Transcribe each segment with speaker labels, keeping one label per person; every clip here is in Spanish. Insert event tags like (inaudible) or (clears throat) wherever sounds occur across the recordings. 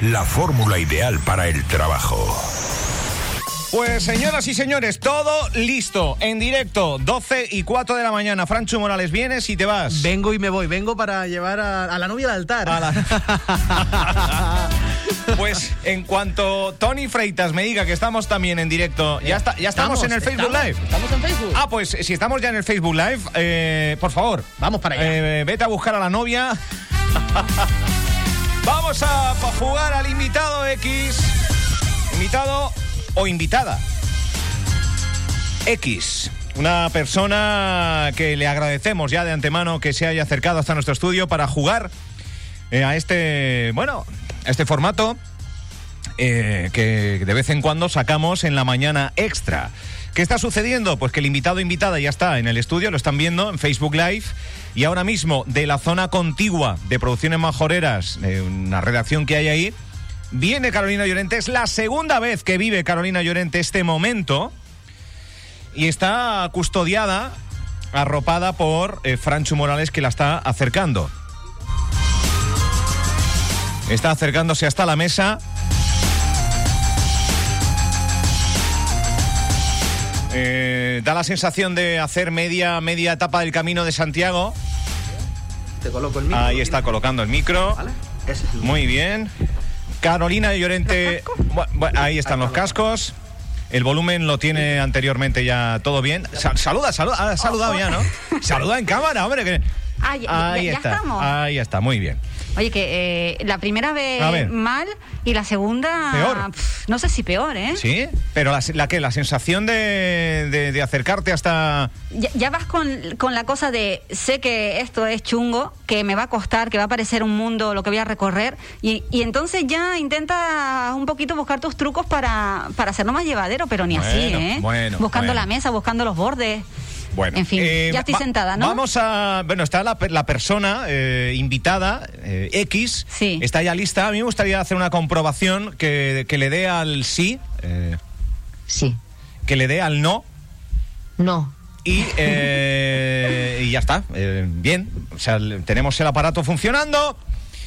Speaker 1: la fórmula ideal para el trabajo.
Speaker 2: Pues señoras y señores, todo listo, en directo, 12 y 4 de la mañana. Franchu Morales, vienes y te vas.
Speaker 3: Vengo y me voy, vengo para llevar a, a la novia al altar.
Speaker 2: A
Speaker 3: (laughs)
Speaker 2: la- Pues en cuanto Tony Freitas me diga que estamos también en directo, ya, está, ya estamos, en el Facebook
Speaker 3: Eh, estamos,
Speaker 2: Live.
Speaker 3: Estamos en Facebook.
Speaker 2: Ah, pues si estamos ya en el Facebook Live, eh, por favor.
Speaker 3: Vamos para allá.
Speaker 2: eh, vete a buscar a la novia. (laughs) Vamos a, pa jugar al invitado X. Invitado o invitada. X. Una persona que le agradecemos ya de antemano que se haya acercado hasta nuestro estudio para jugar eh, a este, bueno, a este formato eh, que de vez en cuando sacamos en la mañana extra. ¿Qué está sucediendo? Pues que el invitado o invitada ya está en el estudio, lo están viendo en Facebook Live y ahora mismo de la zona contigua de Producciones Majoreras, eh, una redacción que hay ahí, viene Carolina Llorente. Es la segunda vez que vive Carolina Llorente este momento y está custodiada, arropada por eh, Franchu Morales que la está acercando. Está acercándose hasta la mesa. Eh, da la sensación de hacer media, media etapa del camino de Santiago.
Speaker 3: Te coloco el micro.
Speaker 2: Ahí está colocando el micro.
Speaker 3: ¿Vale? Ese es el
Speaker 2: Muy bien. Carolina Llorente. Bu- bu- ahí están los cascos. El volumen lo tiene anteriormente ya todo bien. Sa- saluda, saluda. Ha saludado ya, ¿no? Saluda en cámara, hombre. que-
Speaker 4: Ah, ya- ya-
Speaker 2: Ahí
Speaker 4: ya
Speaker 2: está.
Speaker 4: estamos.
Speaker 2: Ahí está, muy bien.
Speaker 4: Oye, que eh, la primera
Speaker 2: A
Speaker 4: vez
Speaker 2: ver.
Speaker 4: mal y la segunda.
Speaker 2: Peor.
Speaker 4: pf, no sé si peor, ¿eh?
Speaker 2: ¿Sí? Pero la, la que la sensación de, de- de acercarte hasta.
Speaker 4: Ya, ya vas con, con la cosa de sé que esto es chungo, que me va a costar, que va a parecer un mundo lo que voy a recorrer. Y, y entonces ya intentas un poquito buscar tus trucos para, para hacerlo más llevadero, pero ni así,
Speaker 2: Bueno,
Speaker 4: ¿eh?
Speaker 2: bueno,
Speaker 4: buscando
Speaker 2: bueno.
Speaker 4: la mesa, buscando los bordes.
Speaker 2: Bueno,
Speaker 4: En fin,
Speaker 2: eh,
Speaker 4: ya estoy
Speaker 2: va-
Speaker 4: sentada, ¿no?
Speaker 2: Vamos a. Bueno, está la, pe- la persona eh, invitada, eh, X.
Speaker 4: Sí.
Speaker 2: Está ya lista. A mí me gustaría hacer una comprobación que, que le dé al sí, eh,
Speaker 5: Sí.
Speaker 2: que le dé al no.
Speaker 5: No.
Speaker 2: Y, eh, y ya está. Eh, bien. O sea, le- tenemos el aparato funcionando.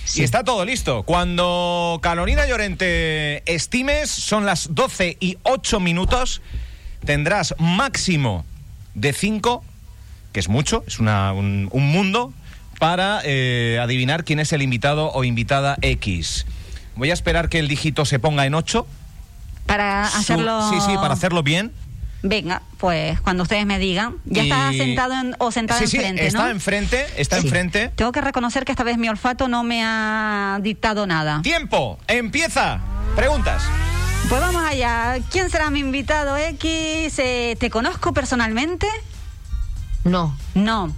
Speaker 5: Sí.
Speaker 2: Y está todo listo. Cuando Carolina Llorente estimes, son las 12 y 8 minutos, tendrás máximo de 5, que es mucho, es una- un, un mundo, para eh, adivinar quién es el invitado o invitada X. Voy a esperar que el dígito se ponga en 8.
Speaker 4: Para hacerlo.
Speaker 2: Sí, sí, para hacerlo bien.
Speaker 4: Venga, pues cuando ustedes me digan. Ya está
Speaker 2: Y-
Speaker 4: sentado en- o sentada
Speaker 2: Sí, sí,
Speaker 4: enfrente, ¿no?
Speaker 2: está enfrente, está
Speaker 5: Sí.
Speaker 2: enfrente.
Speaker 4: Tengo que reconocer que esta vez mi olfato no me ha dictado nada.
Speaker 2: ¡Tiempo! ¡Empieza! Preguntas.
Speaker 4: Pues vamos allá. ¿Quién será mi invitado X? Eh, ¿Te conozco personalmente?
Speaker 5: No.
Speaker 4: No.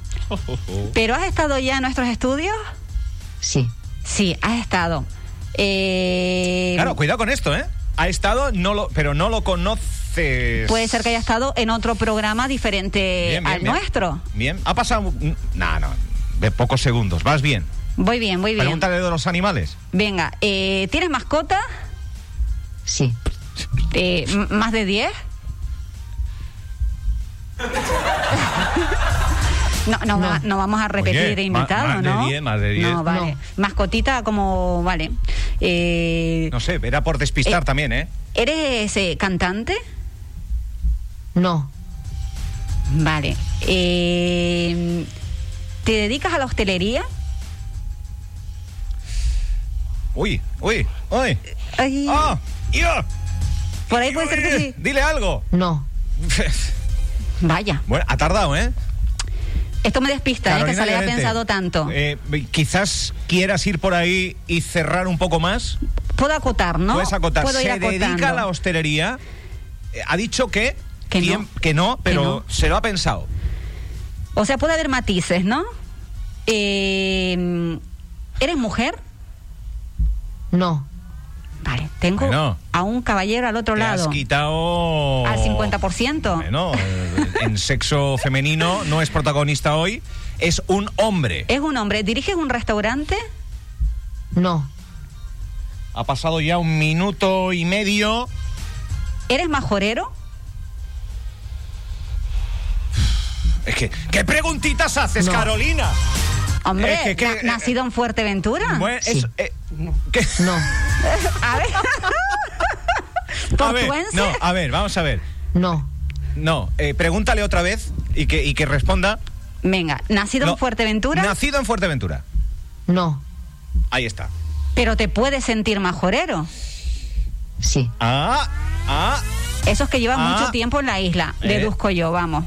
Speaker 4: ¿Pero has estado ya en nuestros estudios?
Speaker 5: Sí.
Speaker 4: Sí, has estado. Eh,
Speaker 2: Claro, cuidado con esto, ¿eh? Ha estado, no lo, pero no lo conoces.
Speaker 4: puede ser que haya estado en otro programa diferente
Speaker 2: Bien, bien,
Speaker 4: al
Speaker 2: bien.
Speaker 4: nuestro.
Speaker 2: Bien, ha pasado. No, no, de pocos segundos. Vas bien.
Speaker 4: Voy bien, voy bien.
Speaker 2: Pregúntale de los animales.
Speaker 4: Venga, eh, ¿tienes mascota?
Speaker 5: Sí.
Speaker 4: Eh, m- ¿Más de 10? No, no, va- no vamos a repetir
Speaker 2: Oye, ma-
Speaker 4: invitado,
Speaker 2: más de
Speaker 4: ¿no?
Speaker 2: 10, más de 10.
Speaker 4: No, vale.
Speaker 5: No.
Speaker 4: Mascotita como, vale. Eh,
Speaker 2: No sé, era por despistar
Speaker 4: Eh.
Speaker 2: también, ¿eh?
Speaker 4: ¿Eres eh, cantante?
Speaker 5: No.
Speaker 4: Vale. Eh, ¿Te dedicas a la hostelería?
Speaker 2: Uy, uy, uy.
Speaker 4: Ay,
Speaker 2: ¡Ah! ¡Yo!
Speaker 4: Por ahí puede ser que sí.
Speaker 2: Dile algo. (laughs)
Speaker 5: No.
Speaker 4: Vaya,
Speaker 2: Bueno, ha tardado, ¿eh?
Speaker 4: esto me despista, eh,
Speaker 2: Carolina
Speaker 4: que se le haya
Speaker 2: Llorente,
Speaker 4: pensado tanto.
Speaker 2: eh, quizás quieras ir por ahí y cerrar un poco más.
Speaker 4: Puedo acotar, ¿no?
Speaker 2: Puedes acotar.
Speaker 4: Puedo ir
Speaker 2: se dedica a
Speaker 4: acotando.
Speaker 2: la hostelería. Eh, Ha dicho que.
Speaker 4: Que no.
Speaker 2: que no, pero
Speaker 4: Que no.
Speaker 2: se lo ha pensado.
Speaker 4: O sea, puede haber matices, ¿no? Eh, ¿Eres mujer?
Speaker 5: No.
Speaker 4: Vale, tengo
Speaker 2: Bueno.
Speaker 4: a un caballero al otro
Speaker 2: Te has
Speaker 4: lado.
Speaker 2: quitado.
Speaker 4: Al 50%.
Speaker 2: Bueno, eh, en sexo femenino no es protagonista hoy. Es un hombre.
Speaker 4: Es un hombre, diriges un restaurante,
Speaker 5: No.
Speaker 2: Ha pasado ya un minuto y medio.
Speaker 4: eres majorero,
Speaker 2: Es que. ¿Qué preguntitas haces,
Speaker 5: No.
Speaker 2: Carolina?
Speaker 4: hombre,
Speaker 2: Es que- que-
Speaker 4: na- nacido en Fuerteventura.
Speaker 2: Bueno, es-
Speaker 5: Sí.
Speaker 2: eh, ¿qué?
Speaker 5: No.
Speaker 4: A
Speaker 2: (laughs)
Speaker 4: ver.
Speaker 2: A ver,
Speaker 4: ¿Portuense?
Speaker 2: no, a ver, vamos a ver.
Speaker 5: no.
Speaker 2: No, eh, pregúntale otra vez y que, y que responda.
Speaker 4: Venga, nacido
Speaker 2: No,
Speaker 4: en Fuerteventura,
Speaker 2: Nacido en Fuerteventura.
Speaker 5: No,
Speaker 2: Ahí está.
Speaker 4: pero te puedes sentir majorero.
Speaker 5: sí,
Speaker 2: Ah, ah.
Speaker 4: Esos que llevan
Speaker 2: Ah.
Speaker 4: mucho tiempo en la isla,
Speaker 2: Eh.
Speaker 4: deduzco yo, vamos.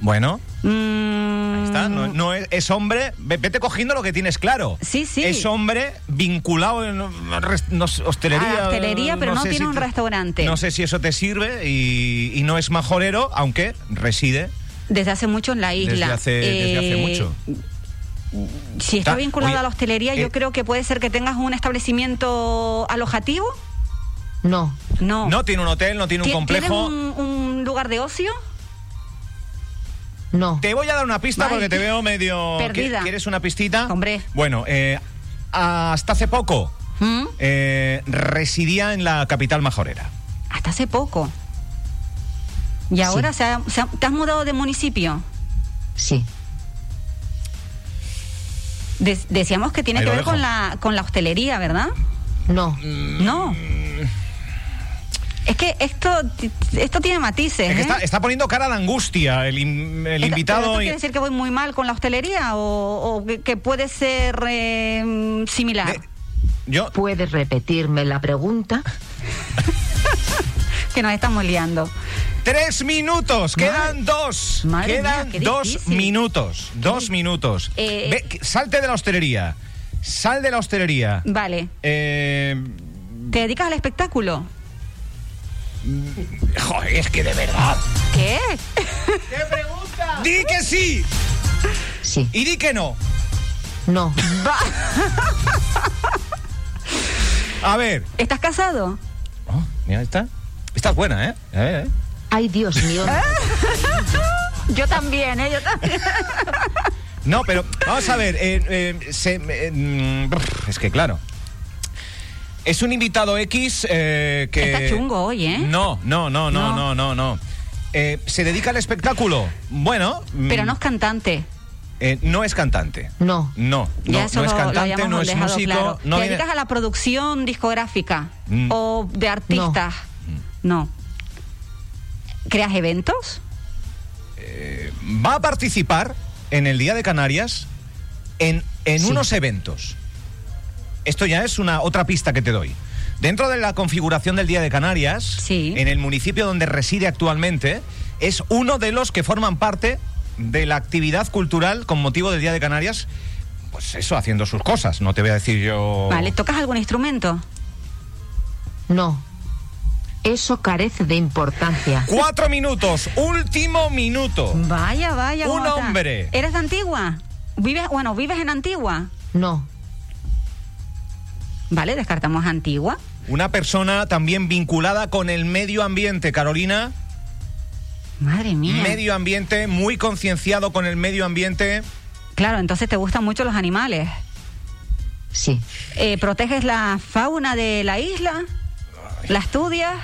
Speaker 2: Bueno,
Speaker 4: Mm,
Speaker 2: ahí está. No, no es, es hombre. ve- Vete cogiendo lo que tienes claro.
Speaker 4: Sí, sí.
Speaker 2: Es hombre vinculado en res- no sé, hostelería.
Speaker 4: A la hostelería, pero no
Speaker 2: sé
Speaker 4: tiene un
Speaker 2: te-
Speaker 4: restaurante.
Speaker 2: No sé si eso te sirve y, y no es majorero, aunque reside.
Speaker 4: Desde hace mucho en la isla. Eh,
Speaker 2: Desde hace- desde hace mucho.
Speaker 4: Si está
Speaker 2: Está-
Speaker 4: vinculado
Speaker 2: oye,
Speaker 4: a la hostelería, yo
Speaker 2: eh.
Speaker 4: creo que puede ser que tengas un establecimiento alojativo.
Speaker 5: no,
Speaker 4: No.
Speaker 2: No tiene un hotel, no tiene un
Speaker 4: ¿Ti-
Speaker 2: complejo.
Speaker 4: ¿Tienes Oh. un, un lugar de ocio?
Speaker 5: no,
Speaker 2: Te voy a dar una pista
Speaker 4: Ay.
Speaker 2: porque te veo medio.
Speaker 4: Perdida.
Speaker 2: ¿Qui- ¿Quieres una pistita?
Speaker 4: Hombre.
Speaker 2: Bueno, eh, hasta hace poco
Speaker 4: ¿Mm?
Speaker 2: eh, residía en la capital majorera.
Speaker 4: Hasta hace poco. Y ahora se ha- se ha- te has mudado de municipio.
Speaker 5: sí,
Speaker 4: De- decíamos que tiene
Speaker 2: Ahí
Speaker 4: que
Speaker 2: lo
Speaker 4: ver
Speaker 2: dejo.
Speaker 4: con la, con la hostelería, ¿verdad?
Speaker 5: no,
Speaker 2: Mm.
Speaker 4: No. Es que esto, ti- esto tiene matices.
Speaker 2: Es que
Speaker 4: ¿eh?
Speaker 2: está, está poniendo cara de angustia el, in- el
Speaker 4: Esto- ¿pero
Speaker 2: invitado.
Speaker 4: esto
Speaker 2: y-
Speaker 4: quiere decir que voy muy mal con la hostelería o, o que, que puede ser eh, similar?
Speaker 2: de- yo,
Speaker 5: ¿Puedes repetirme la pregunta?
Speaker 4: Que nos estamos liando.
Speaker 2: Tres minutos,
Speaker 4: Madre-
Speaker 2: quedan dos.
Speaker 4: Madre
Speaker 2: quedan
Speaker 4: mía, qué
Speaker 2: dos
Speaker 4: difícil.
Speaker 2: minutos. Dos minutos.
Speaker 4: Eh,
Speaker 2: Ve- que- salte de la hostelería. Sal de la hostelería.
Speaker 4: Vale.
Speaker 2: Eh,
Speaker 4: ¿Te dedicas al espectáculo?
Speaker 2: joder, es que de verdad.
Speaker 4: ¿Qué?
Speaker 2: Di que sí
Speaker 5: Sí,
Speaker 2: y di que no.
Speaker 5: no,
Speaker 2: A ver.
Speaker 4: ¿Estás casado?
Speaker 2: Oh, mira, esta. Esta es buena, ¿eh? A ver, eh.
Speaker 5: ay Dios mío,
Speaker 4: Yo también, ¿eh? Yo también.
Speaker 2: No, pero vamos a ver. eh, eh, se- eh, mm, brr, es que claro. Es un invitado X eh, que.
Speaker 4: Está chungo hoy, ¿eh?
Speaker 2: No, no, no, no, no,
Speaker 4: No.
Speaker 2: no, no. Eh, se dedica al espectáculo. Bueno. mm,
Speaker 4: Pero no es cantante.
Speaker 2: eh, no es cantante.
Speaker 5: no,
Speaker 2: No, no,
Speaker 4: ya eso
Speaker 2: no es
Speaker 4: lo- lo
Speaker 2: cantante,
Speaker 4: habíamos
Speaker 2: no es
Speaker 4: dejado
Speaker 2: músico.
Speaker 4: claro.
Speaker 2: No
Speaker 4: ¿Te
Speaker 2: viene-
Speaker 4: dedicas a la producción discográfica
Speaker 2: Mm.
Speaker 4: o de artistas? No. ¿Creas eventos?
Speaker 2: Va a participar en el Día de Canarias en, en
Speaker 5: Sí.
Speaker 2: unos eventos. Esto ya es una otra pista que te doy. Dentro de la configuración del Día de Canarias,
Speaker 4: Sí.
Speaker 2: en el municipio donde reside actualmente, es uno de los que forman parte de la actividad cultural con motivo del Día de Canarias. Pues eso, haciendo sus cosas. No te voy a decir yo.
Speaker 4: Vale, ¿tocas algún instrumento?
Speaker 5: no. Eso carece de importancia.
Speaker 2: Cuatro minutos, último minuto.
Speaker 4: Vaya, vaya.
Speaker 2: Un
Speaker 4: cómo está.
Speaker 2: hombre.
Speaker 4: ¿Eres de Antigua? ¿Vives, bueno, vives en Antigua?
Speaker 5: No,
Speaker 4: Vale, descartamos Antigua.
Speaker 2: Una persona también vinculada con el medio ambiente, Carolina.
Speaker 4: Madre mía.
Speaker 2: Medio ambiente, muy concienciado con el medio ambiente.
Speaker 4: Claro, entonces te gustan mucho los animales.
Speaker 5: sí,
Speaker 4: Eh, ¿Proteges la fauna de la isla? ¿La estudias?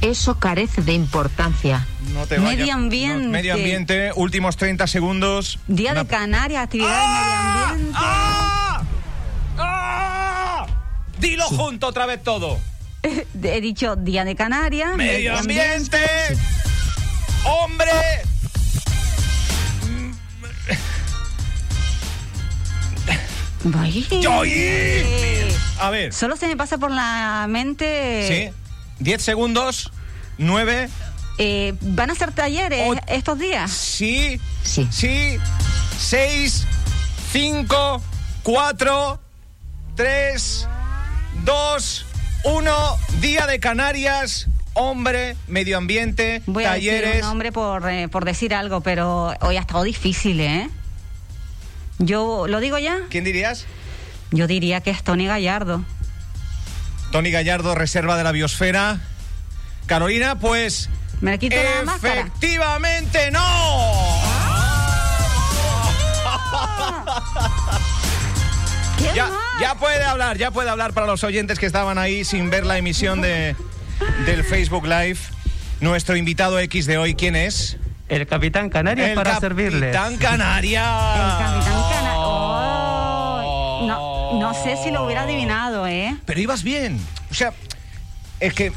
Speaker 5: eso carece de importancia.
Speaker 2: No te
Speaker 4: Medio
Speaker 2: vaya-
Speaker 4: ambiente.
Speaker 2: no, medio ambiente, últimos 30 segundos.
Speaker 4: Día
Speaker 2: Una-
Speaker 4: de Canarias, actividades
Speaker 2: ¡Ah!
Speaker 4: medio ambiente.
Speaker 2: ¡Ah! ¡Ah! Dilo junto otra vez todo.
Speaker 4: He dicho Día de Canarias.
Speaker 2: Medio ambiente. Hombre.
Speaker 4: Ay.
Speaker 2: ¡Yoí! A ver.
Speaker 4: Solo se me pasa por la
Speaker 2: Sí.
Speaker 4: mente.
Speaker 2: 10 segundos. 9.
Speaker 4: eh, ¿Van a hacer talleres
Speaker 2: O-
Speaker 4: estos días?
Speaker 2: Sí.
Speaker 5: Sí,
Speaker 2: Sí. 6, 5, 4, 3, 2, 1. Día de Canarias. Hombre, medio ambiente,
Speaker 4: Voy a
Speaker 2: talleres.
Speaker 4: decir un nombre por, eh, por decir algo, pero hoy ha estado difícil, ¿eh? Yo, ¿lo digo ya?
Speaker 2: ¿Quién dirías?
Speaker 4: Yo diría que es Tony Gallardo.
Speaker 2: Tony Gallardo, reserva de la biosfera. Carolina, pues.
Speaker 4: Me le quito la
Speaker 2: (laughs)
Speaker 4: máscara.
Speaker 2: Efectivamente, no.
Speaker 4: ¡Qué
Speaker 2: Ya,
Speaker 4: mal!
Speaker 2: ya puede hablar, ya puede hablar para los oyentes que estaban ahí sin ver la emisión de, del Facebook Live. Nuestro invitado X de hoy, ¿quién es?
Speaker 6: El capitán Canarias para servirles.
Speaker 2: Capitán Canarias.
Speaker 4: El Capitán Cana-
Speaker 2: Oh.
Speaker 4: ¡Ay! No, No sé si lo hubiera adivinado, ¿eh?
Speaker 2: Pero ibas bien. O sea, es que.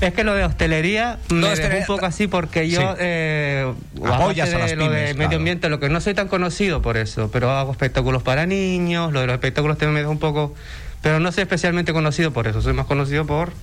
Speaker 6: Es que lo de hostelería me
Speaker 2: No,
Speaker 6: dejó
Speaker 2: hostelería-
Speaker 6: un poco así porque yo
Speaker 2: Sí.
Speaker 6: eh,
Speaker 2: Apoyas
Speaker 6: aparte
Speaker 2: a las
Speaker 6: de lo de
Speaker 2: pymes, claro.
Speaker 6: medio ambiente, lo que no soy tan conocido por eso, pero hago espectáculos para niños, lo de los espectáculos también me dejó un poco, pero no soy especialmente conocido por eso, soy más conocido por,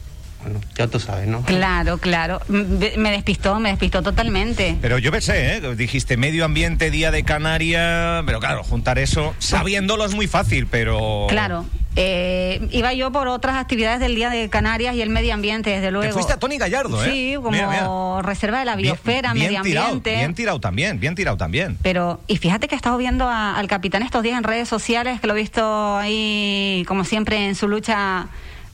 Speaker 6: bueno, ya tú sabes, ¿no?
Speaker 4: Claro, claro. Me me despistó, me despistó totalmente.
Speaker 2: Pero yo pensé, ¿eh? Dijiste medio ambiente, día de Canaria. Pero claro, juntar eso, sabiéndolo es muy fácil, pero.
Speaker 4: Claro. Eh, iba yo por otras actividades del Día de Canarias y el medio ambiente, desde luego.
Speaker 2: fuiste a Tony Gallardo, ¿eh?
Speaker 4: Sí, como
Speaker 2: Mira, mira.
Speaker 4: reserva de la
Speaker 2: Bien-
Speaker 4: biosfera,
Speaker 2: bien
Speaker 4: medio
Speaker 2: tirado,
Speaker 4: ambiente.
Speaker 2: bien tirado también, bien tirado también.
Speaker 4: Pero, y fíjate que he estado viendo a- al capitán estos días en redes sociales, que lo he visto ahí, como siempre, en su lucha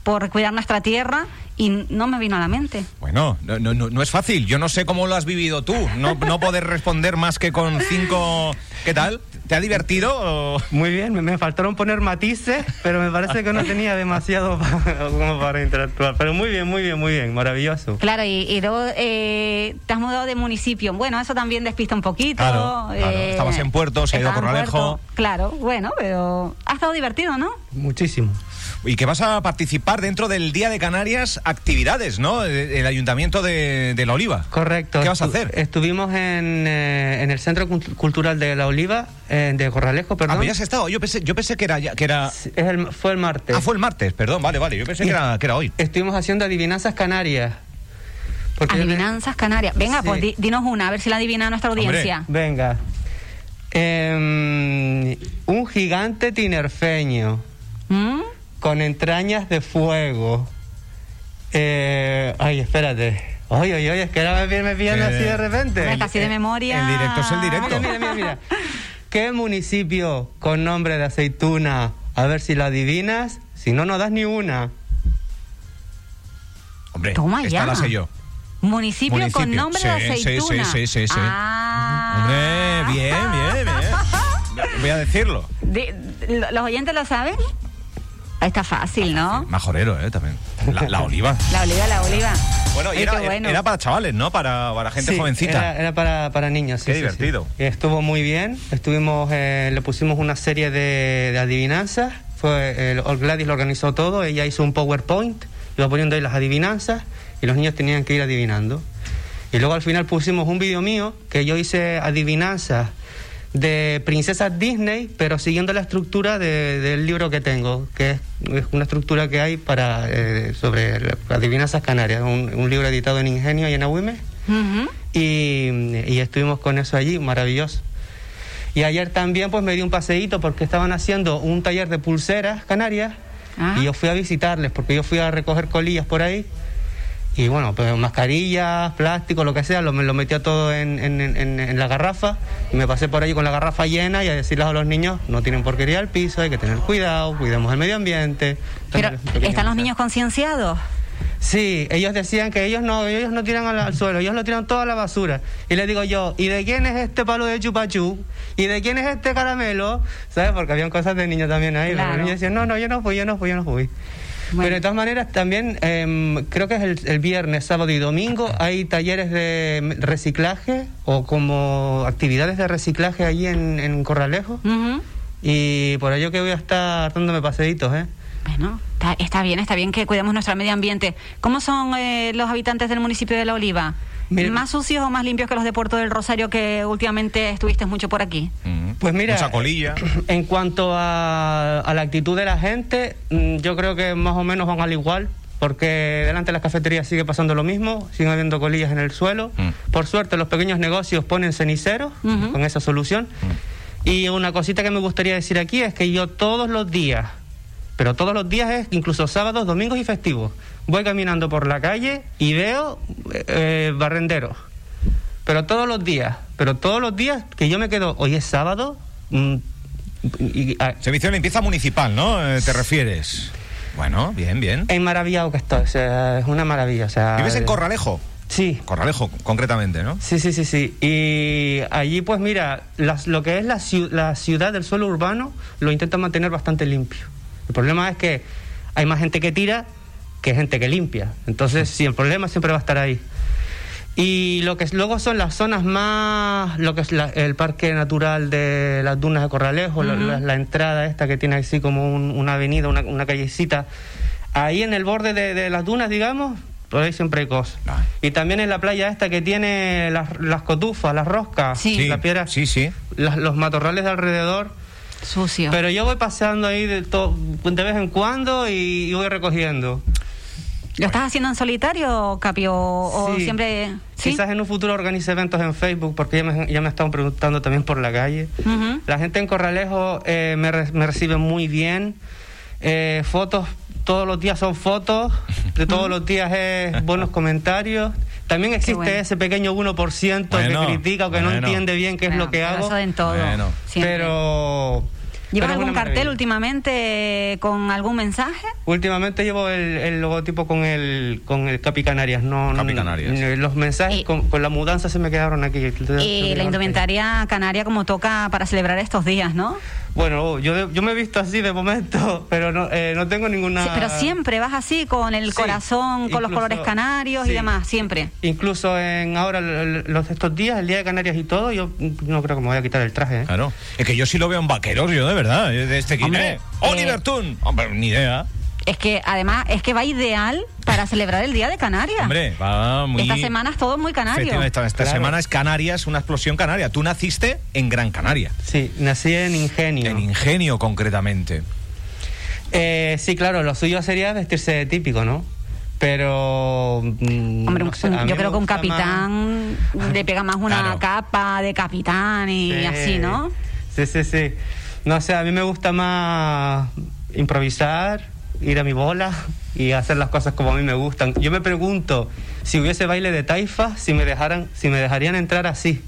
Speaker 4: por cuidar nuestra tierra, y no me vino a la mente.
Speaker 2: Bueno, no, no- no- no es fácil. Yo no sé cómo lo has vivido tú. No, no poder responder más que con cinco. ¿Qué tal? ¿Te ha divertido? o-
Speaker 6: Muy bien, me, me faltaron poner matices, pero me parece que no tenía demasiado (laughs) pa- como para interactuar, pero muy bien, muy bien, muy bien, maravilloso.
Speaker 4: Claro, y, y luego eh, te has mudado de municipio. Bueno, eso también despista un poquito.
Speaker 2: Claro, claro.
Speaker 4: eh,
Speaker 2: Estabas en Puerto, se ha ido
Speaker 4: estaba en
Speaker 2: Corralejo.
Speaker 4: Puerto. Claro, bueno, pero ha estado divertido, ¿no?
Speaker 6: Muchísimo.
Speaker 2: Y que vas a participar dentro del Día de Canarias actividades, ¿no? Eh, El, el Ayuntamiento de, de La Oliva.
Speaker 6: Correcto.
Speaker 2: ¿Qué vas a
Speaker 6: Estu-
Speaker 2: hacer?
Speaker 6: Estuvimos en, eh, en el Centro Cult- Cultural de la Oliva, eh, de Corralejo,
Speaker 2: Ah,
Speaker 6: perdón.
Speaker 2: pues ya has estado. Yo pensé, yo pensé que era. ya- Que era...
Speaker 6: Sí, es el- fue el martes.
Speaker 2: Ah, fue el martes, perdón, vale, vale. Yo pensé
Speaker 4: Eh,
Speaker 2: que era, que era hoy.
Speaker 6: Estuvimos haciendo adivinanzas canarias. Porque-
Speaker 4: Adivinanzas canarias. Venga,
Speaker 6: Sí.
Speaker 4: pues di- dinos una, a ver si la adivina nuestra
Speaker 2: Hombre.
Speaker 4: audiencia.
Speaker 6: Venga. Em, un gigante tinerfeño
Speaker 4: ¿Mm?
Speaker 6: con entrañas de fuego. Eh, ay, espérate. Oye, oye, oye, es que ahora me, me pillan
Speaker 2: Eh,
Speaker 6: así de repente.
Speaker 4: Hombre, casi de memoria.
Speaker 2: el directo es el directo.
Speaker 6: Ah, Mira, mira, mira, mira. ¿Qué municipio con nombre de aceituna? A ver si lo adivinas. Si no, no das ni una.
Speaker 2: Hombre,
Speaker 4: Toma
Speaker 2: esta
Speaker 4: ya.
Speaker 2: la sé yo.
Speaker 4: Municipio, con
Speaker 2: Municipio.
Speaker 4: nombre
Speaker 2: Sí,
Speaker 4: de
Speaker 2: sí,
Speaker 4: aceituna.
Speaker 2: sí, sí, sí, sí.
Speaker 4: Ah.
Speaker 2: Hombre, bien, bien,
Speaker 4: (laughs)
Speaker 2: bien. Voy a decirlo.
Speaker 4: De- de- ¿Los oyentes lo saben? Está fácil, ¿no?
Speaker 2: Majorero, ¿eh? También. La, la oliva.
Speaker 4: La oliva, la oliva.
Speaker 2: Bueno, y
Speaker 4: Ay,
Speaker 2: era,
Speaker 4: qué bueno.
Speaker 2: era para chavales, ¿no? Para, para gente
Speaker 6: Sí,
Speaker 2: jovencita.
Speaker 6: Era, era para, para niños. sí,
Speaker 2: Qué
Speaker 6: sí, sí.
Speaker 2: divertido.
Speaker 6: Estuvo muy bien. Estuvimos, eh, le pusimos una serie de, de adivinanzas. Fue el All Gladys lo organizó todo. Ella hizo un PowerPoint. Iba poniendo ahí las adivinanzas y los niños tenían que ir adivinando. Y luego al final pusimos un vídeo mío que yo hice adivinanzas de princesas Disney, pero siguiendo la estructura de- del libro que tengo, que es, es una estructura que hay para eh, sobre la- adivinanzas canarias, un, un libro editado en Ingenio y en Agüime.
Speaker 4: Ujú.
Speaker 6: Y, y estuvimos con eso allí, maravilloso. Y ayer también pues me di un paseíto porque estaban haciendo un taller de pulseras canarias
Speaker 4: Ah.
Speaker 6: y yo fui a visitarles porque yo fui a recoger colillas por ahí y bueno, pues mascarillas, plástico, lo que sea, lo, lo metía todo en, en- en- en la garrafa y me pasé por ahí con la garrafa llena y a decirles a los niños, no tienen porquería al piso, hay que tener cuidado, cuidemos el medio ambiente.
Speaker 4: Pero,
Speaker 6: Entonces, pequeñas
Speaker 4: ¿están los
Speaker 6: cosas.
Speaker 4: niños concienciados?
Speaker 6: Sí, ellos decían que ellos no, ellos no tiran al, al suelo, ellos lo tiran toda la basura. Y les digo yo, ¿y de quién es este palo de chupachú? ¿Y de quién es este caramelo? ¿Sabes? Porque habían cosas de niños también ahí. pero
Speaker 4: Claro.
Speaker 6: Los niños decían, no, no, yo no fui, yo no fui, yo no fui.
Speaker 4: Bueno.
Speaker 6: Pero de todas maneras, también em, creo que es el, el viernes, sábado y domingo hay talleres de em, reciclaje o como actividades de reciclaje allí en, en Corralejo.
Speaker 4: Ujú.
Speaker 6: Y por ello que voy a estar dándome paseitos, ¿eh?
Speaker 4: Bueno, está, está bien, está bien que cuidemos nuestro medio ambiente. ¿Cómo son eh, los habitantes del municipio de La Oliva?
Speaker 6: Mira-
Speaker 4: ¿Más sucios o más limpios que los de Puerto del Rosario que últimamente estuviste mucho por aquí?
Speaker 2: Mm.
Speaker 6: Pues mira,
Speaker 2: Mucha colilla.
Speaker 6: (clears throat) en cuanto a, a la actitud de la gente, mm, yo creo que más o menos van al igual, porque delante de las cafeterías sigue pasando lo mismo, siguen habiendo colillas en el suelo.
Speaker 2: Mm.
Speaker 6: Por suerte, los pequeños negocios ponen ceniceros
Speaker 4: Ujú.
Speaker 6: con esa solución. Y una cosita que me gustaría decir aquí es que yo todos los días, pero todos los días es incluso sábados, domingos y festivos, voy caminando por la calle y veo eh, eh, barrenderos. Pero todos los días, pero todos los días que yo me quedo, hoy es sábado, mm, y, ah, a-
Speaker 2: Servicio de limpieza municipal, ¿no? Eh, ¿Te refieres? Bueno, bien, bien.
Speaker 4: Eh,
Speaker 6: en maravillado que estoy, o sea, es una maravilla. O sea,
Speaker 2: ¿Vives en Corralejo?
Speaker 6: Sí,
Speaker 2: Corralejo, concretamente, ¿no?
Speaker 6: sí, sí, sí, sí. Y allí, pues mira, las- lo que es la, ciu- la ciudad del suelo urbano lo intentan mantener bastante limpio. El problema es que hay más gente que tira que gente que limpia. Entonces, sí, el problema siempre va a estar ahí. Y lo que es- luego son las zonas más, lo que es la- el parque natural de las dunas de Corralejo, la, la- la entrada esta que tiene así como un- una avenida, una, una callecita. Ahí en el borde de, de las dunas, digamos, por ahí siempre hay cosas.
Speaker 2: Ah.
Speaker 6: Y también en la playa esta que tiene las, las cotufas, las roscas,
Speaker 4: Sí.
Speaker 6: las piedras,
Speaker 2: Sí, sí.
Speaker 6: las- los matorrales de alrededor.
Speaker 4: Sucio.
Speaker 6: Pero yo voy paseando ahí de, to- de vez en cuando y, y voy recogiendo.
Speaker 4: ¿Lo estás haciendo en solitario, Capi? ¿O, o
Speaker 6: Sí.
Speaker 4: siempre.? Sí.
Speaker 6: Quizás en un futuro organice eventos en Facebook, porque ya me, ya me estaban preguntando también por la calle.
Speaker 4: Ujú.
Speaker 6: La gente en Corralejo eh, me, re- me recibe muy bien. Eh, fotos, todos los días son fotos, de todos los días es buenos comentarios. También existe
Speaker 4: bueno.
Speaker 6: ese pequeño 1%
Speaker 2: Bueno,
Speaker 6: que critica o que no
Speaker 2: bueno.
Speaker 6: entiende bien qué es
Speaker 4: Bueno,
Speaker 6: lo que
Speaker 4: pero
Speaker 6: hago.
Speaker 4: eso en todo.
Speaker 2: Bueno.
Speaker 4: siempre.
Speaker 6: Pero... pero
Speaker 4: ¿Llevas
Speaker 6: es
Speaker 4: algún
Speaker 6: una
Speaker 4: cartel
Speaker 6: maravilla.
Speaker 4: últimamente con algún mensaje?
Speaker 6: Últimamente llevo el, el logotipo con el con el Capi Canarias, no
Speaker 2: Capi
Speaker 6: no-
Speaker 2: Canarias.
Speaker 6: no, los mensajes
Speaker 4: Eh.
Speaker 5: Y-
Speaker 6: con, con la mudanza se me quedaron aquí.
Speaker 4: Y la indumentaria canaria como toca para celebrar estos días, ¿no?
Speaker 6: (laughs) Bueno, yo, de- yo me he visto así de momento, (laughs) pero no, eh, no tengo ninguna.
Speaker 4: Sí, pero siempre vas así, con el
Speaker 6: Sí,
Speaker 4: corazón, con los
Speaker 6: incluso-
Speaker 4: colores canarios y
Speaker 6: sí.
Speaker 4: demás, siempre.
Speaker 6: Incluso en ahora l- l- los de estos días, el día de Canarias y todo, yo no creo que me voy a quitar el traje. ¿eh?
Speaker 2: Claro. Es que yo sí lo veo en vaqueros, yo de verdad. yo De este
Speaker 4: Hombre,
Speaker 2: Guinea. Oliver
Speaker 4: eh,
Speaker 2: Tun. Hombre, ni idea.
Speaker 4: Es que además es que va ideal para celebrar el Día de Canarias.
Speaker 2: Hombre, va muy.
Speaker 4: Esta semana es todo muy canario.
Speaker 2: Efectivamente, Esta, esta
Speaker 6: Claro.
Speaker 2: semana es Canarias, una explosión canaria. Tú naciste en Gran Canaria.
Speaker 6: Sí, nací en Ingenio.
Speaker 2: En Ingenio, concretamente.
Speaker 6: Eh, sí, claro, lo suyo sería vestirse de típico, ¿no? Pero. mm,
Speaker 4: Hombre,
Speaker 6: no
Speaker 4: un-
Speaker 6: sé, a mí
Speaker 4: yo
Speaker 6: me
Speaker 4: creo que un
Speaker 6: gusta más-
Speaker 4: capitán le pega más una
Speaker 2: Claro.
Speaker 4: capa de capitán y
Speaker 6: Sí.
Speaker 4: así, ¿no?
Speaker 6: Sí, sí, sí. No sé, a mí me gusta más improvisar, ir a mi bola y hacer las cosas como a mí me gustan. Yo me pregunto si hubiese baile de taifa, si me dejaran, si me dejarían entrar así.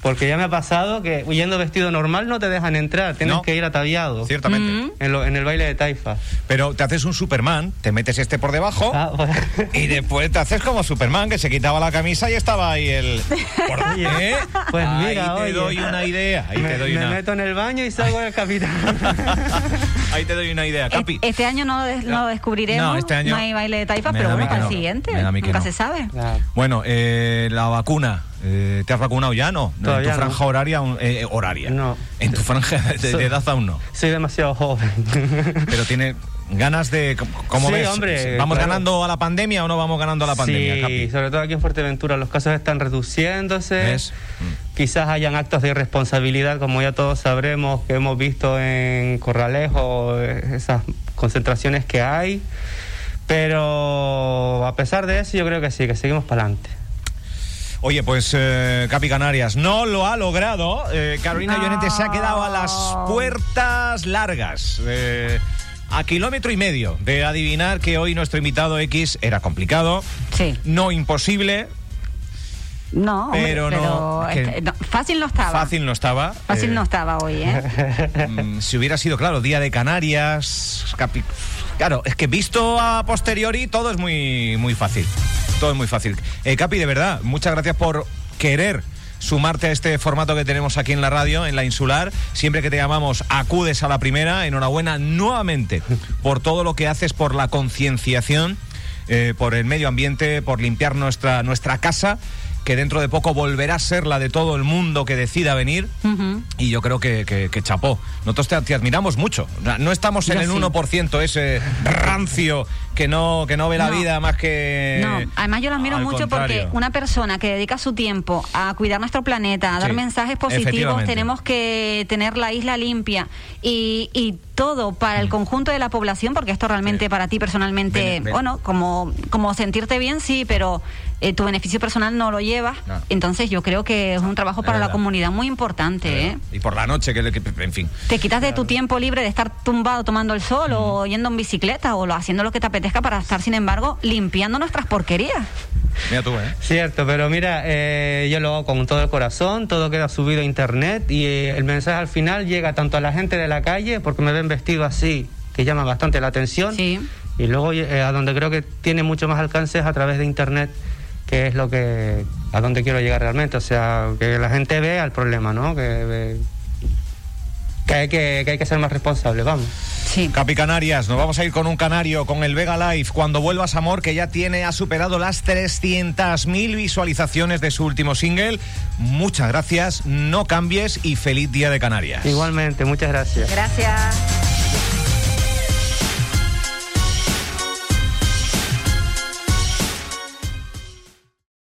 Speaker 6: Porque ya me ha pasado que huyendo vestido normal no te dejan entrar, tienes
Speaker 2: No.
Speaker 6: que ir ataviado.
Speaker 2: Ciertamente.
Speaker 4: Mm.
Speaker 6: En, lo- en el baile de taifa.
Speaker 2: Pero te haces un Superman, te metes este por debajo.
Speaker 6: Ah, bueno.
Speaker 2: Y después te haces como Superman, que se quitaba la camisa y estaba ahí
Speaker 6: (laughs)
Speaker 2: el... Por-
Speaker 6: Oye,
Speaker 2: ¿Eh?
Speaker 6: pues
Speaker 2: ahí
Speaker 6: mira,
Speaker 2: te
Speaker 6: oye.
Speaker 2: doy una idea, (laughs) ahí
Speaker 6: me,
Speaker 2: te doy
Speaker 6: me
Speaker 2: una...
Speaker 6: meto en el baño y salgo del
Speaker 2: (laughs)
Speaker 6: capitán.
Speaker 2: ahí te doy una
Speaker 6: Eh,
Speaker 2: idea, Capi.
Speaker 4: E- Este año no, lo des- no lo descubriremos.
Speaker 2: No, este año-
Speaker 4: hay baile de taifa,
Speaker 2: Me
Speaker 4: pero
Speaker 2: da a mí
Speaker 4: bueno,
Speaker 2: que
Speaker 4: para el
Speaker 2: no.
Speaker 4: siguiente.
Speaker 2: Me da a mí que
Speaker 4: Nunca
Speaker 2: no.
Speaker 4: se sabe.
Speaker 6: Claro.
Speaker 2: Bueno, eh, la vacuna. eh, ¿Te has vacunado ya? No. No,
Speaker 6: Todavía
Speaker 2: en tu
Speaker 6: no.
Speaker 2: franja horaria. aún- eh, eh, horaria.
Speaker 6: No.
Speaker 2: En tu franja de, de- de edad aún no.
Speaker 6: Soy demasiado joven. (laughs)
Speaker 2: Pero tiene ganas de. ¿Cómo
Speaker 6: Sí,
Speaker 2: ves?
Speaker 6: hombre,
Speaker 2: ¿Vamos
Speaker 6: claro.
Speaker 2: ganando a la pandemia o no vamos ganando a la pandemia,
Speaker 6: sí,
Speaker 2: Capi?
Speaker 6: sobre todo aquí en Fuerteventura los casos están reduciéndose.
Speaker 2: ¿Ves?
Speaker 6: Quizás hayan actos de irresponsabilidad, como ya todos sabremos que hemos visto en Corralejo, eh, esas concentraciones que hay. Pero a pesar de eso, yo creo que sí, que seguimos para adelante.
Speaker 2: Oye, pues eh, Capi Canarias no lo ha logrado. Eh, Carolina
Speaker 4: No.
Speaker 2: Llorente se ha quedado a las puertas largas. eh, a kilómetro y medio de adivinar que hoy nuestro invitado X era complicado,
Speaker 4: Sí.
Speaker 2: no imposible,
Speaker 4: No, hombre,
Speaker 2: Pero no, es que-
Speaker 4: este, no, fácil no estaba.
Speaker 2: fácil no estaba.
Speaker 4: Fácil
Speaker 2: eh,
Speaker 4: no estaba hoy,
Speaker 2: (laughs)
Speaker 4: ¿eh?
Speaker 2: Mm, si hubiera sido, claro, Día de Canarias, capi- claro, es que visto a posteriori todo es muy, muy fácil, todo es muy fácil. Eh, Capi, de verdad, muchas gracias por querer sumarte a este formato que tenemos aquí en la radio, en la insular. Siempre que te llamamos, acudes a la primera. Enhorabuena nuevamente por todo lo que haces por la concienciación, eh, por el medio ambiente, por limpiar nuestra, nuestra casa, que dentro de poco volverá a ser la de todo el mundo que decida venir.
Speaker 4: Ujú.
Speaker 2: Y yo creo que, que, que chapó. Nosotros te, te admiramos mucho. Na- No estamos en
Speaker 4: Yo
Speaker 2: el
Speaker 4: sí.
Speaker 2: 1% ese rancio que no, que no ve la
Speaker 4: No.
Speaker 2: vida más que.
Speaker 4: No, además yo lo admiro
Speaker 2: Eh, Al
Speaker 4: mucho
Speaker 2: contrario.
Speaker 4: porque una persona que dedica su tiempo a cuidar nuestro planeta, a dar
Speaker 2: Sí,
Speaker 4: mensajes positivos,
Speaker 2: efectivamente.
Speaker 4: tenemos que tener la isla limpia y, y todo para el conjunto de la población, porque esto realmente
Speaker 2: Mm. Sí.
Speaker 4: para ti personalmente,
Speaker 2: Bene- bene-
Speaker 4: bueno, como, como sentirte bien, sí, pero eh, tu beneficio personal no lo llevas.
Speaker 2: No.
Speaker 4: Entonces yo creo que es un trabajo
Speaker 2: es
Speaker 4: para la
Speaker 2: verdad.
Speaker 4: comunidad muy importante. ¿eh?
Speaker 2: Y por la noche, que, le- que- en fin.
Speaker 4: Te quitas de tu tiempo libre de estar tumbado tomando el sol o
Speaker 2: Mm.
Speaker 4: yendo en bicicleta o lo- haciendo lo que te apetezca para estar, sin embargo, limpiando nuestras porquerías.
Speaker 2: Mira tú, ¿eh?
Speaker 6: Cierto, pero mira, eh, yo lo hago con todo el corazón, todo queda subido a internet y eh, el mensaje al final llega tanto a la gente de la calle, porque me ven vestido así, que llama bastante la atención,
Speaker 4: Sí.
Speaker 6: y luego eh, a donde creo que tiene mucho más alcance es a través de internet, que es lo que, a donde quiero llegar realmente, o sea, que la gente vea el problema, ¿no? Que, eh, que hay que, que hay que ser más responsables, vamos.
Speaker 4: Sí.
Speaker 2: Capi Canarias, nos vamos a ir con un canario, con el Vega Live, cuando vuelvas amor, que ya tiene, ha superado las 300.000 visualizaciones de su último single. Muchas gracias, no cambies y feliz día de Canarias.
Speaker 6: Igualmente, muchas gracias.
Speaker 4: Gracias.